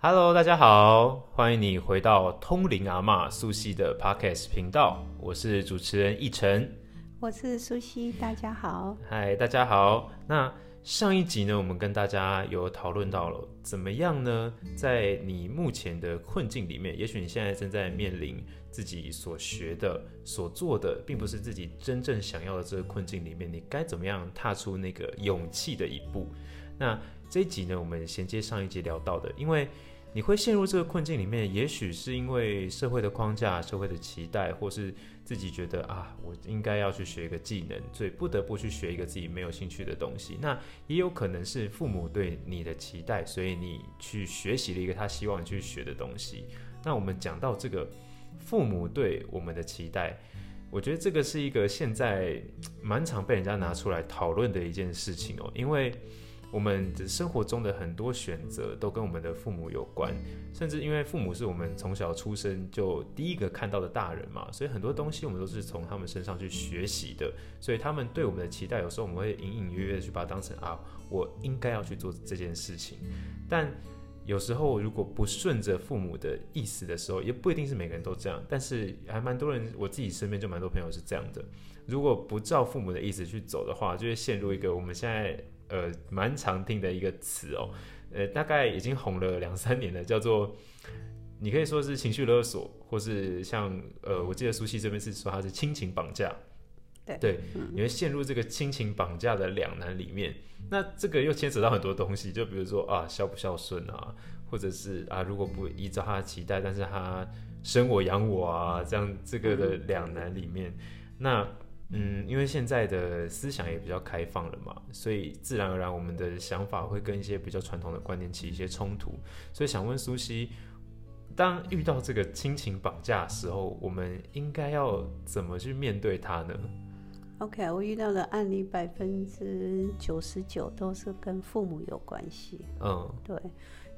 Hello，大家好，欢迎你回到通灵阿嬷苏西的 Podcast 频道，我是主持人奕晨。我是苏西，大家好。嗨，大家好。那上一集呢，我们跟大家有讨论到了怎么样呢，在你目前的困境里面，也许你现在正在面临自己所学的、所做的，并不是自己真正想要的这个困境里面，你该怎么样踏出那个勇气的一步？那这一集呢，我们衔接上一集聊到的，因为你会陷入这个困境里面，也许是因为社会的框架、社会的期待，或是自己觉得啊，我应该要去学一个技能，所以不得不去学一个自己没有兴趣的东西。那也有可能是父母对你的期待，所以你去学习了一个他希望你去学的东西。那我们讲到这个父母对我们的期待，我觉得这个是一个现在蛮常被人家拿出来讨论的一件事情哦，因为。我们的生活中的很多选择都跟我们的父母有关，甚至因为父母是我们从小出生就第一个看到的大人嘛，所以很多东西我们都是从他们身上去学习的，所以他们对我们的期待，有时候我们会隐隐约约的去把它当成啊，我应该要去做这件事情，但有时候如果不顺着父母的意思的时候，也不一定是每个人都这样，但是还蛮多人，我自己身边就蛮多朋友是这样的，如果不照父母的意思去走的话，就会陷入一个我们现在。呃，蛮常听的一个词哦，呃，大概已经红了两三年了，叫做你可以说是情绪勒索，或是像呃，我记得苏西这边是说它是亲情绑架，对对，你会陷入这个亲情绑架的两难里面。那这个又牵扯到很多东西，就比如说啊，孝不孝顺啊，或者是啊，如果不依照他的期待，但是他生我养我啊，这样这个的两难里面，那。嗯，因为现在的思想也比较开放了嘛，所以自然而然我们的想法会跟一些比较传统的观念起一些冲突。所以想问苏西，当遇到这个亲情绑架的时候，我们应该要怎么去面对它呢？ OK，我遇到的案例百分之九十九都是跟父母有关系。嗯，对，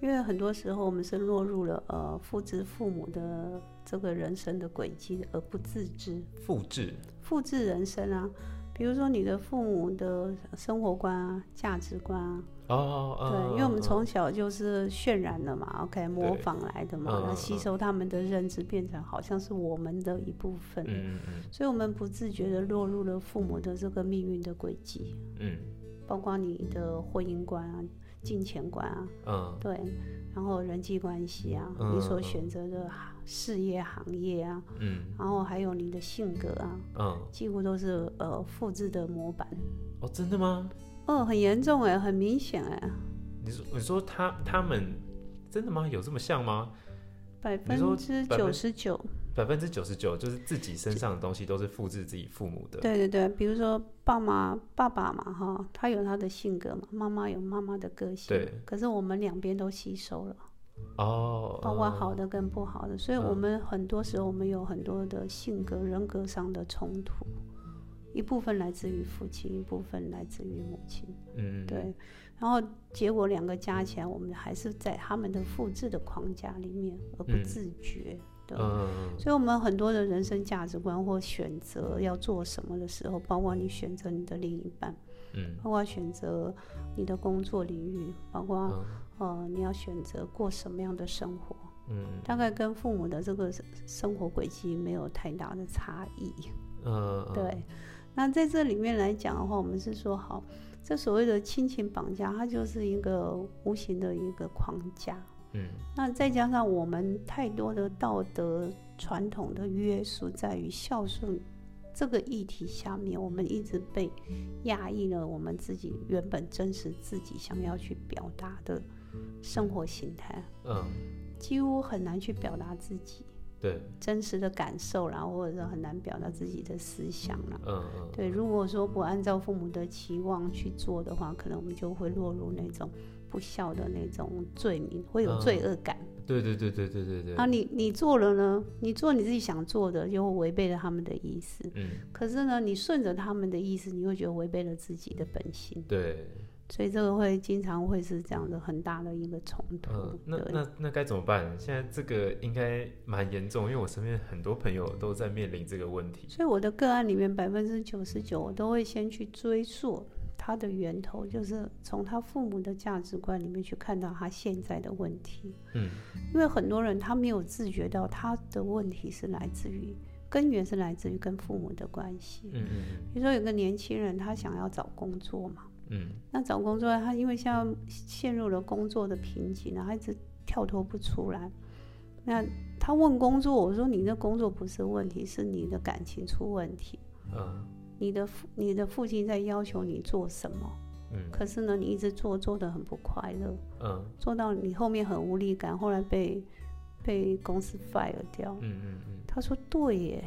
因为很多时候我们是落入了呃复制父母的这个人生的轨迹而不自知，复制，复制人生啊。比如说你的父母的生活观啊、价值观啊，哦，嗯对，因为我们从小就是渲染的嘛，OK，模仿来的嘛嗯，那嗯吸嗯收他们的认知，变成好像是我们的一部分。嗯嗯所以我们不自觉地落入了父母的这个命运的轨迹，嗯嗯包括你的婚姻观啊、金钱观啊，嗯对，然后人际关系啊，嗯你所选择的行事业行业啊，嗯然后还有你的性格啊，嗯，几乎都是呃复制的模板。哦，真的吗？哦，很严重哎，很明显哎，你说你说他他们真的吗？有这么像吗？百你说分之九十九，百分之九十九就是自己身上的东西都是复制自己父母的。对对对，比如说爸妈爸爸嘛哈，他有他的性格嘛，妈妈有妈妈的个性对，可是我们两边都吸收了。哦，包括嗯好的跟不好的，所以我们很多时候我们有很多的性格、人格上的冲突，一部分来自于父亲，一部分来自于母亲，嗯，对。然后结果两个加起来，我们还是在他们的复制的框架里面而不嗯自觉，对。嗯，所以，我们很多的人生价值观或选择要做什么的时候，包括你选择你的另一半，嗯包括选择你的工作领域，包括嗯呃你要选择过什么样的生活，嗯大概跟父母的这个生生活轨迹没有太大的差异。嗯，对，那在这里面来讲的话，我们是说好，这所谓的亲情绑架，它就是一个无形的一个框架。嗯那再加上我们太多的道德传统的约束，在于孝顺这个议题下面，我们一直被压抑了我们自己原本真实自己想要去表达的生活形态，嗯，几乎很难去表达自己。对，真实的感受啦，或者是很难表达自己的思想啦。嗯嗯，对，如果说不按照父母的期望去做的话，可能我们就会落入那种不孝的那种罪名，会有嗯罪恶感。对对对对对对对，啊，你你做了呢，你做你自己想做的，又违背了他们的意思。嗯，可是呢，你顺着他们的意思，你会觉得违背了自己的本心，对，所以这个会经常会是这样的很大的一个冲突。嗯，那对，那那该怎么办？现在这个应该蛮严重，因为我身边很多朋友都在面临这个问题。所以我的个案里面百分之九十九，我都会先去追溯它的源头就是从他父母的价值观里面去看到他现在的问题。嗯，因为很多人他没有自觉到他的问题是来自于根源是来自于跟父母的关系。嗯嗯比如说有个年轻人他想要找工作嘛，嗯那找工作他因为现在陷入了工作的瓶颈，然后一直跳脱不出来。那他问工作，我说你的工作不是问题，是你的感情出问题。嗯啊你的父你的父亲在要求你做什么，嗯可是呢，你一直做做的很不快乐，嗯做到你后面很无力感，后来被被公司 fire 掉。嗯嗯他说对耶，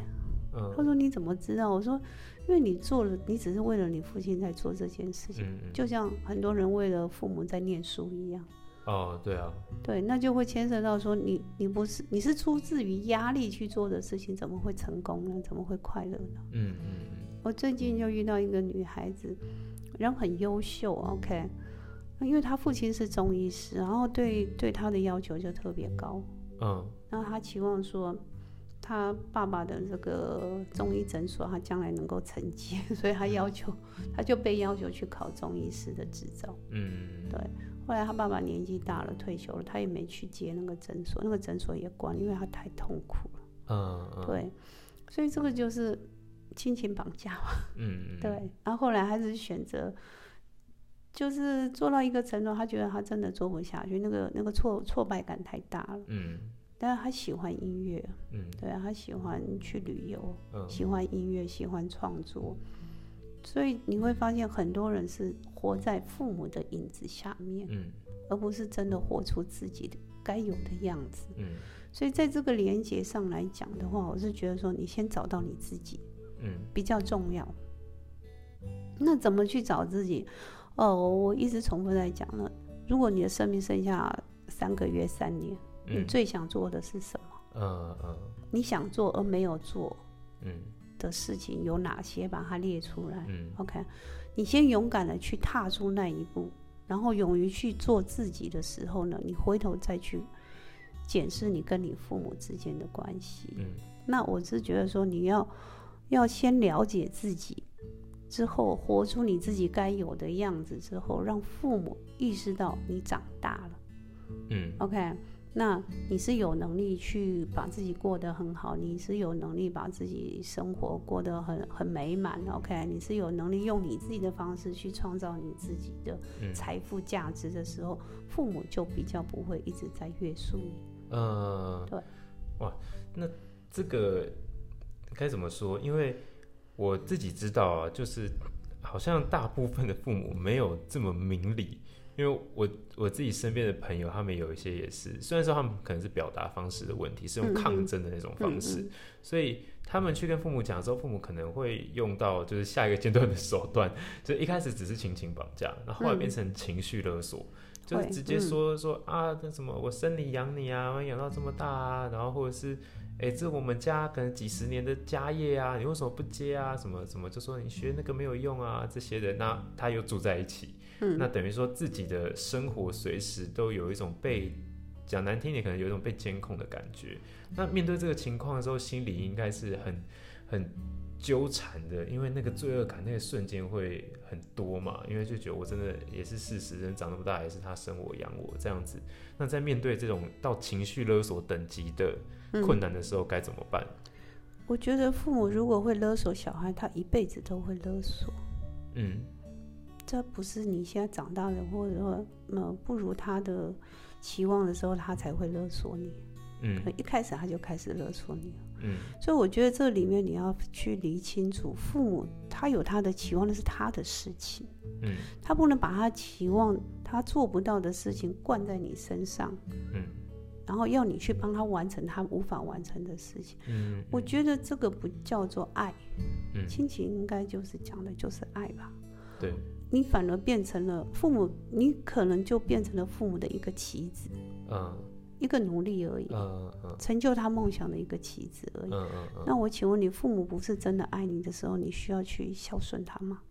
嗯他说你怎么知道？我说因为你做了，你只是为了你父亲在做这件事情，嗯就像很多人为了父母在念书一样。哦对啊对，那就会牵涉到说你你不是你是出自于压力去做的事情，怎么会成功呢？怎么会快乐呢？嗯嗯我最近就遇到一个女孩子，人很优秀，OK，那因为她父亲是中医师，然后对对她的要求就特别高，嗯嗯然后她期望说。她爸爸的这个中医诊所，她将来能够承接， 所以她要求，她就被要求去考中医师的执照。嗯对后来他爸爸年纪大了，退休了，他也没去接那个诊所，那个诊所也关了，因为他太痛苦了。嗯对，所以这个就是亲情绑架嘛。嗯对，然后后来他是选择，就是做到一个程度，他觉得他真的做不下去，那个那个挫挫败感太大了。嗯但是他喜欢音乐，嗯对啊，他喜欢去旅游，嗯喜欢音乐，喜欢创作。所以你会发现，很多人是活在父母的影子下面。嗯而不是真的活出自己的该有的样子。嗯所以在这个连接上来讲的话，我是觉得说，你先找到你自己嗯比较重要。那怎么去找自己？哦，我一直重复在讲了，如果你的生命剩下三个月、三年，你嗯最想做的是什么？嗯嗯你想做而没有做嗯的事情有哪些？把它列出来。嗯 OK，你先勇敢的去踏出那一步，然后勇于去做自己的时候呢，你回头再去检视你跟你父母之间的关系。嗯那我是觉得说，你要要先了解自己，之后活出你自己该有的样子，之后让父母意识到你长大了。嗯 OK，那你是有能力去把自己过得很好，你是有能力把自己生活过得很很美满。OK，你是有能力用你自己的方式去创造你自己的嗯财富价值的时候，父母就比较不会一直在约束你。嗯，对，哇，那这个该怎么说？因为我自己知道啊，就是好像大部分的父母没有这么明理，因为我我自己身边的朋友，他们有一些也是，虽然说他们可能是表达方式的问题，是用嗯嗯抗争的那种方式，嗯所以他们去跟父母讲之后，父母可能会用到就是下一个阶段的手段， 就一开始只是情情绑架，然后后来变成情绪勒索，就是会直接嗯说、说啊，那什么我生你养你啊，养到这么大啊，然后或者是哎、这我们家可能几十年的家业啊，你为什么不接啊？什么什么就说你学那个没有用啊，这些人，那他又住在一起，嗯那等于说自己的生活随时都有一种被讲难听点，可能有一种被监控的感觉。那面对这个情况的时候，心里应该是很很纠缠的，因为那个罪恶感那个瞬间会很多嘛，因为就觉得我真的也是事实，人长那么大也是他生我养我这样子。那在面对这种到情绪勒索等级的困难的时候，该怎么办？我觉得父母如果会勒索小孩，他一辈子都会勒索。嗯这不是你现在长大了，或者说呃不如他的期望的时候，他才会勒索你。嗯可一开始他就开始勒索你了。嗯所以我觉得这里面你要去理清楚，父母他有他的期望，那是他的事情，嗯他不能把他期望他做不到的事情灌在你身上，嗯然后要你去帮他完成他无法完成的事情。嗯，我觉得这个不叫做爱，嗯亲情应该就是讲的就是爱吧。对，你反而变成了父母，你可能就变成了父母的一个棋子，嗯一个奴隶而已，嗯嗯成就他梦想的一个棋子而已。嗯嗯那我请问你，父母不是真的爱你的时候，你需要去孝顺他吗？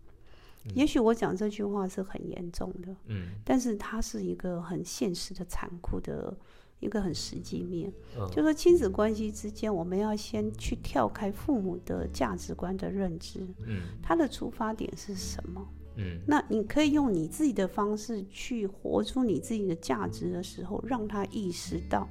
嗯也许我讲这句话是很严重的，嗯但是它是一个很现实的、残酷的一个很实际面。嗯就说亲子关系之间，我们要先去跳开父母的价值观的认知，嗯他的出发点是什么？嗯，那你可以用你自己的方式去活出你自己的价值的时候，让他意识到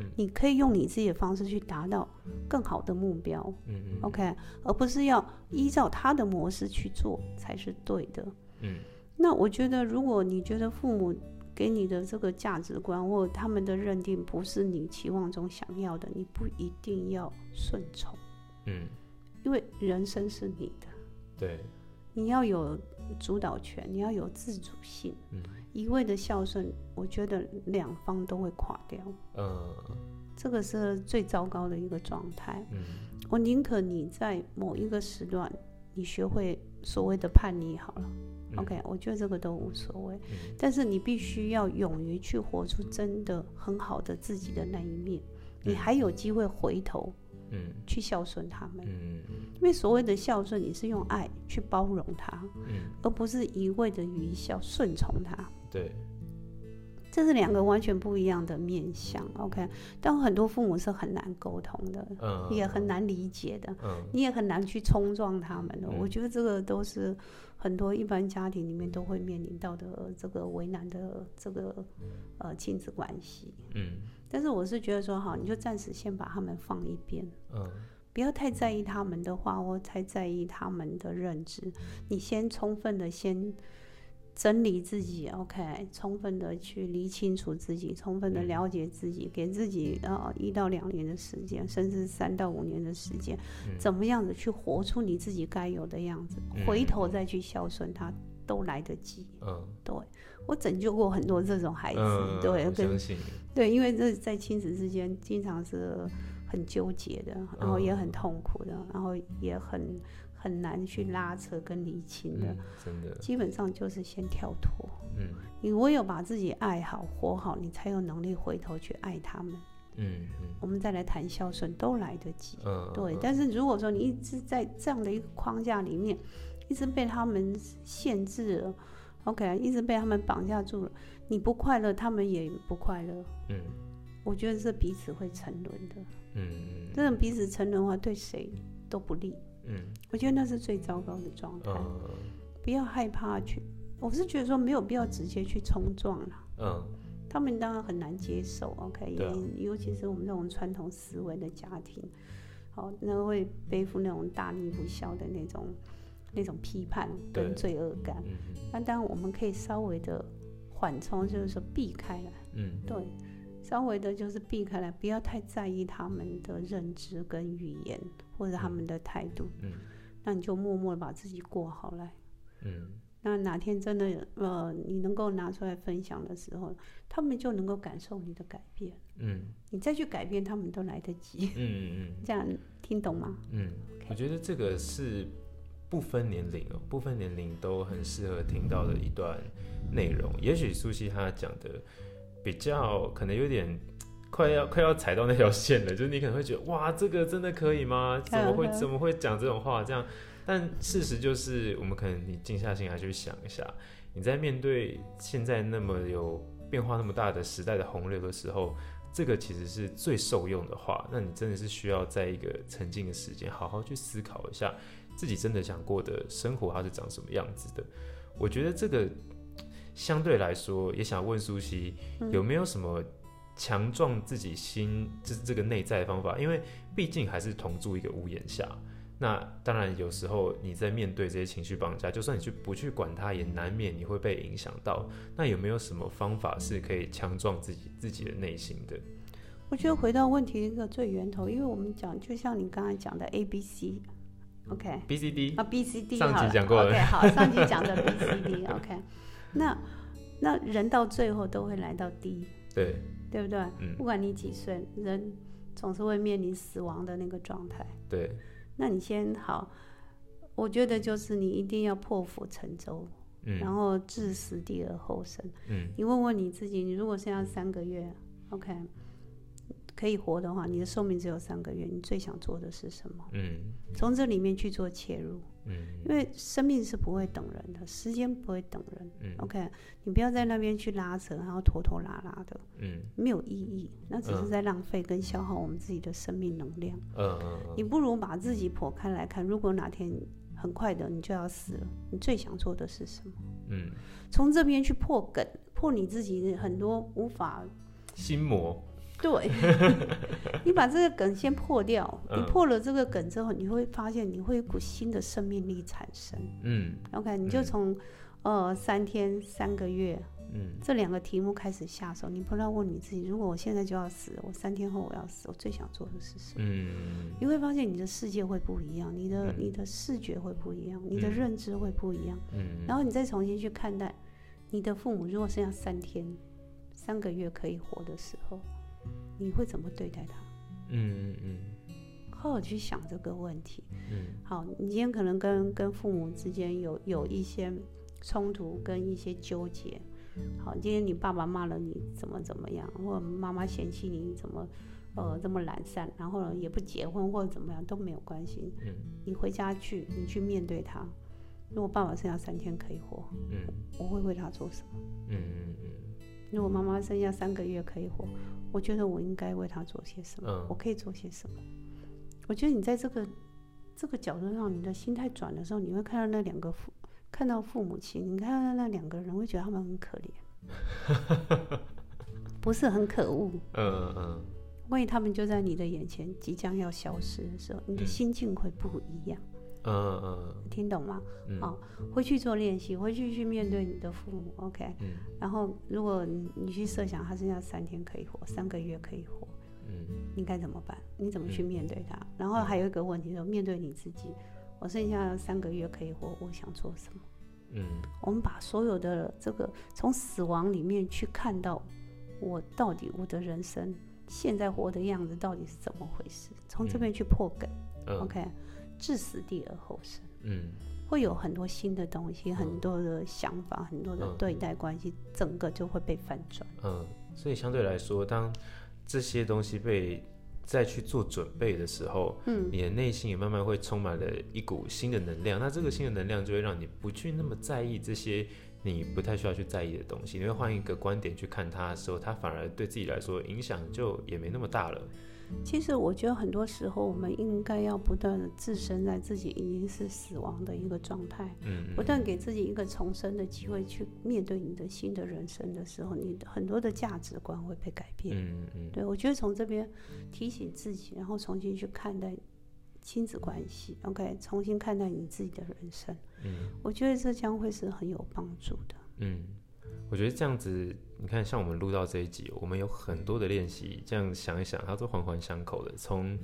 嗯，你可以用你自己的方式去达到更好的目标。嗯嗯 OK，而不是要依照他的模式去做才是对的。嗯，那我觉得，如果你觉得父母给你的这个价值观或他们的认定不是你期望中想要的，你不一定要顺从，嗯，因为人生是你的，对，你要有主导权，你要有自主性。嗯一味的孝顺，我觉得两方都会垮掉，嗯这个是最糟糕的一个状态。嗯我宁可你在某一个时段，你学会所谓的叛逆好了、嗯 o k 我觉得这个都无所谓。嗯但是你必须要勇于去活出真的很好的自己的那一面，你嗯还有机会回头嗯去孝顺他们，嗯因为所谓的孝顺，你是用爱去包容他，嗯，而不是一味的愚孝顺从他。对，这是两个完全不一样的面相，OK？但很多父母是很难沟通的，嗯，也很难理解的，嗯，你也很难去冲撞他们的。嗯我觉得这个都是很多一般家庭里面都会面临到的呃这个为难的这个呃亲子关系。嗯但是我是觉得说，好，你就暂时先把他们放一边，嗯不要太在意他们的话，或太在意他们的认知。你先充分的先整理自己，OK，充分的去理清楚自己，充分的嗯了解自己，给自己呃一到两年的时间，甚至三到五年的时间，嗯怎么样子去活出你自己该有的样子，回嗯头再去孝顺他。都来得及，嗯，我拯救过很多这种孩子，嗯对，我跟相信，对，因为这在亲子之间经常是很纠结的，然后也很嗯痛苦的，然后也很很难去拉扯跟理清的。嗯，真的，基本上就是先跳脱，嗯你唯有把自己爱好、活好，你才有能力回头去爱他们。嗯嗯我们再来谈孝顺，都来得及。嗯，对，嗯但是如果说你一直在这样的一个框架里面，一直被他们限制了，OK，一直被他们绑架住了，你不快乐，他们也不快乐。嗯我觉得这彼此会沉沦的，嗯这种彼此沉沦的话，对谁都不利。嗯我觉得那是最糟糕的状态。嗯不要害怕去，我是觉得说没有必要直接去冲撞啦，嗯他们当然很难接受。OK，、对啊也尤其是我们这种传统思维的家庭，好，那会背负那种大逆不孝的那种那种批判对跟罪恶感。嗯那当然我们可以稍微的缓冲，就是说避开来。嗯对，稍微的就是避开来，不要太在意他们的认知跟语言或者他们的态度，嗯那你就默默地把自己过好来。嗯那哪天真的呃，你能够拿出来分享的时候，他们就能够感受你的改变，嗯你再去改变他们都来得及。 嗯这样听懂吗？嗯，我觉得这个是不分年龄哦，不分年龄都很适合听到的一段内容。也许苏西她讲的比较可能有点快要快要踩到那条线了，就是你可能会觉得哇，这个真的可以吗？怎么会嗯哼怎么会讲这种话这样？但事实就是，我们可能你静下心来去想一下，你在面对现在那么有变化那么大的时代的洪流的时候，这个其实是最受用的话。那你真的是需要在一个沉静的时间，好好去思考一下自己真的想过的生活它是长什么样子的。我觉得这个相对来说，也想问苏西嗯有没有什么强壮自己心，就是这个内在的方法？因为毕竟还是同住一个屋檐下。那当然，有时候你在面对这些情绪绑架，就算你去不去管它，也难免你会被影响到。那有没有什么方法是可以强壮自己自己的内心的？我觉得回到问题一个最源头，因为我们讲，就像你刚才讲的 A、B、C，OK。 B C D，啊，B、C、D 上集好了讲过了 OK，好，上集讲的 B、C、D，OK、那那人到最后都会来到 D，对，对不对？嗯不管你几岁，人总是会面临死亡的那个状态。对，那你先好，我觉得就是你一定要破釜沉舟，然嗯后置死地而后生。嗯你问问你自己，你如果剩下三个月，OK，可以活的话，你的寿命只有三个月，你最想做的是什么？嗯从这里面去做切入。嗯因为生命是不会等人的，时间不会等人。嗯 OK，你不要在那边去拉扯，然后拖拖拉拉的，嗯没有意义。那只是在浪费跟消耗我们自己的生命能量。嗯嗯你不如把自己剖开来看，如果哪天很快的你就要死了，你最想做的是什么？嗯，从这边去破梗，破你自己很多无法心魔， 对，你把这个梗先破掉，你嗯破了这个梗之后，你会发现你会有一股新的生命力产生。嗯 OK，你就嗯从、呃三天、三个月嗯这两个题目开始下手，你不要问你自己：如果我现在就要死，我三天后我要死，我最想做的是什么？嗯你会发现你的世界会不一样，你的、嗯你的视觉会不一样，你的嗯认知会不一样，嗯然后你再重新去看待你的父母，如果剩下三天、三个月可以活的时候，你会怎么对待他？嗯嗯好好去想这个问题。嗯好，你今天可能跟跟父母之间有有一些冲突跟一些纠结。好，今天你爸爸骂了你怎么怎么样，或者妈妈嫌弃你怎么呃这么懒散，然后呢也不结婚或者怎么样都没有关系。嗯你回家去，你去面对他。如果爸爸剩下三天可以活，嗯我会为他做什么？嗯如果妈妈剩下三个月可以活，我觉得我应该为他做些什么？我嗯可以做些什么？我觉得你在这个这个角度上，你的心态转的时候，你会看到那两个父，看到父母亲，你看到那两个人，会觉得他们很可怜， 不是很可恶。嗯嗯万一他们就在你的眼前即将要消失的时候，你的嗯心境会不一样，嗯听懂吗？嗯好，回去做练习，回去去面对你的父母，OK。嗯然后，如果你你去设想他剩下三天可以活，三个月可以活，嗯你该怎么办？你怎么去嗯面对它？然后还有一个问题就是面对你自己。我剩下三个月可以活，我想做什么？嗯我们把所有的这个从死亡里面去看到，我到底我的人生现在活的样子到底是怎么回事？从这嗯边去破梗、o 嗯 k 置死地而后生，嗯会有很多新的东西，很嗯多的想法，很多的嗯对待关系，整个就会被翻转。嗯，所以相对来说，当这些东西被再去做准备的时候，嗯，你的内心也慢慢会充满了一股新的能量。那这个新的能量就会让你不去那么在意这些你不太需要去在意的东西。你会换一个观点去看它的时候，它反而对自己来说影响就也没那么大了。其实我觉得很多时候，我们应该要不断的置身在自己已经是死亡的一个状态，嗯不断给自己一个重生的机会，去面对你的新的人生的时候，你的很多的价值观会被改变。嗯嗯对我觉得从这边提醒自己，然后重新去看待亲子关系，OK，重新看待你自己的人生，嗯我觉得这将会是很有帮助的。嗯，我觉得这样子，你看，像我们录到这一集，我们有很多的练习，这样想一想，它都环环相扣的。从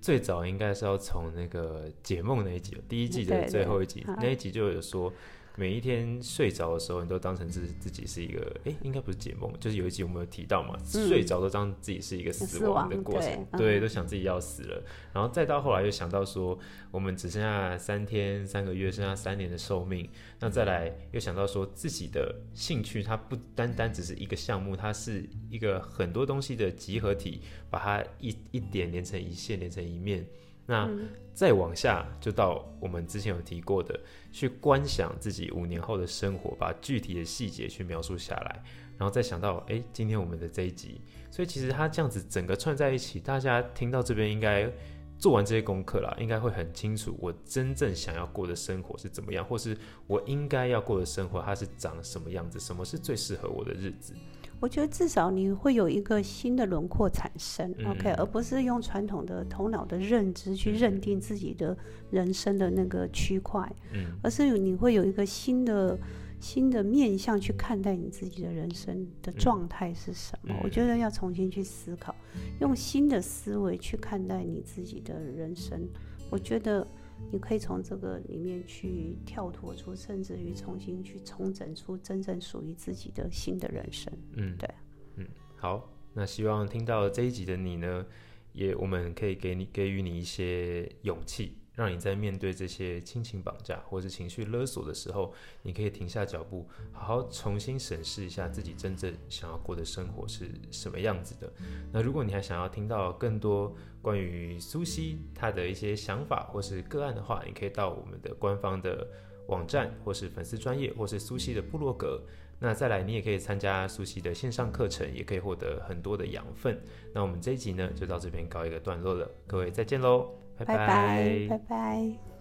最早应该是要从那个解梦那一集，第一季对的对最后一集，好那一集就有说，每一天睡着的时候，你都当成自自己是一个，诶，应该不是解梦，就是有一集我们有提到嘛，嗯睡着都当自己是一个死亡的过程，死亡对对，嗯都想自己要死了，然后再到后来又想到说，我们只剩下三天、三个月，剩下三年的寿命，那再来又想到说自己的兴趣，它不单单只是一个项目，它是一个很多东西的集合体，把它一一点连成一线，连成一面。那嗯再往下，就到我们之前有提过的，去观想自己五年后的生活，把具体的细节去描述下来，然后再想到，诶，今天我们的这一集，所以其实它这样子整个串在一起，大家听到这边应该做完这些功课啦，应该会很清楚我真正想要过的生活是怎么样，或是我应该要过的生活它是长什么样子，什么是最适合我的日子。我觉得至少你会有一个新的轮廓产生、嗯 o k 而不是用传统的头脑的认知去认定自己的人生的那个区块，嗯而是你会有一个新的新的面向去看待你自己的人生的状态是什么。嗯我觉得要重新去思考，用新的思维去看待你自己的人生。我觉得你可以从这个里面去跳脱出，甚至于重新去重整出真正属于自己的新的人生。嗯，对，嗯，好，那希望听到这一集的你呢，也我们可以给你给予你一些勇气，让你在面对这些亲情绑架或是情绪勒索的时候，你可以停下脚步，好好重新审视一下自己真正想要过的生活是什么样子的。那如果你还想要听到更多关于苏西她的一些想法或是个案的话，你可以到我们的官方的网站，或是粉丝专业，或是苏西的部落格。那再来，你也可以参加苏西的线上课程，也可以获得很多的养分。那我们这一集呢，就到这边告一个段落了，各位再见喽，拜拜拜，拜拜。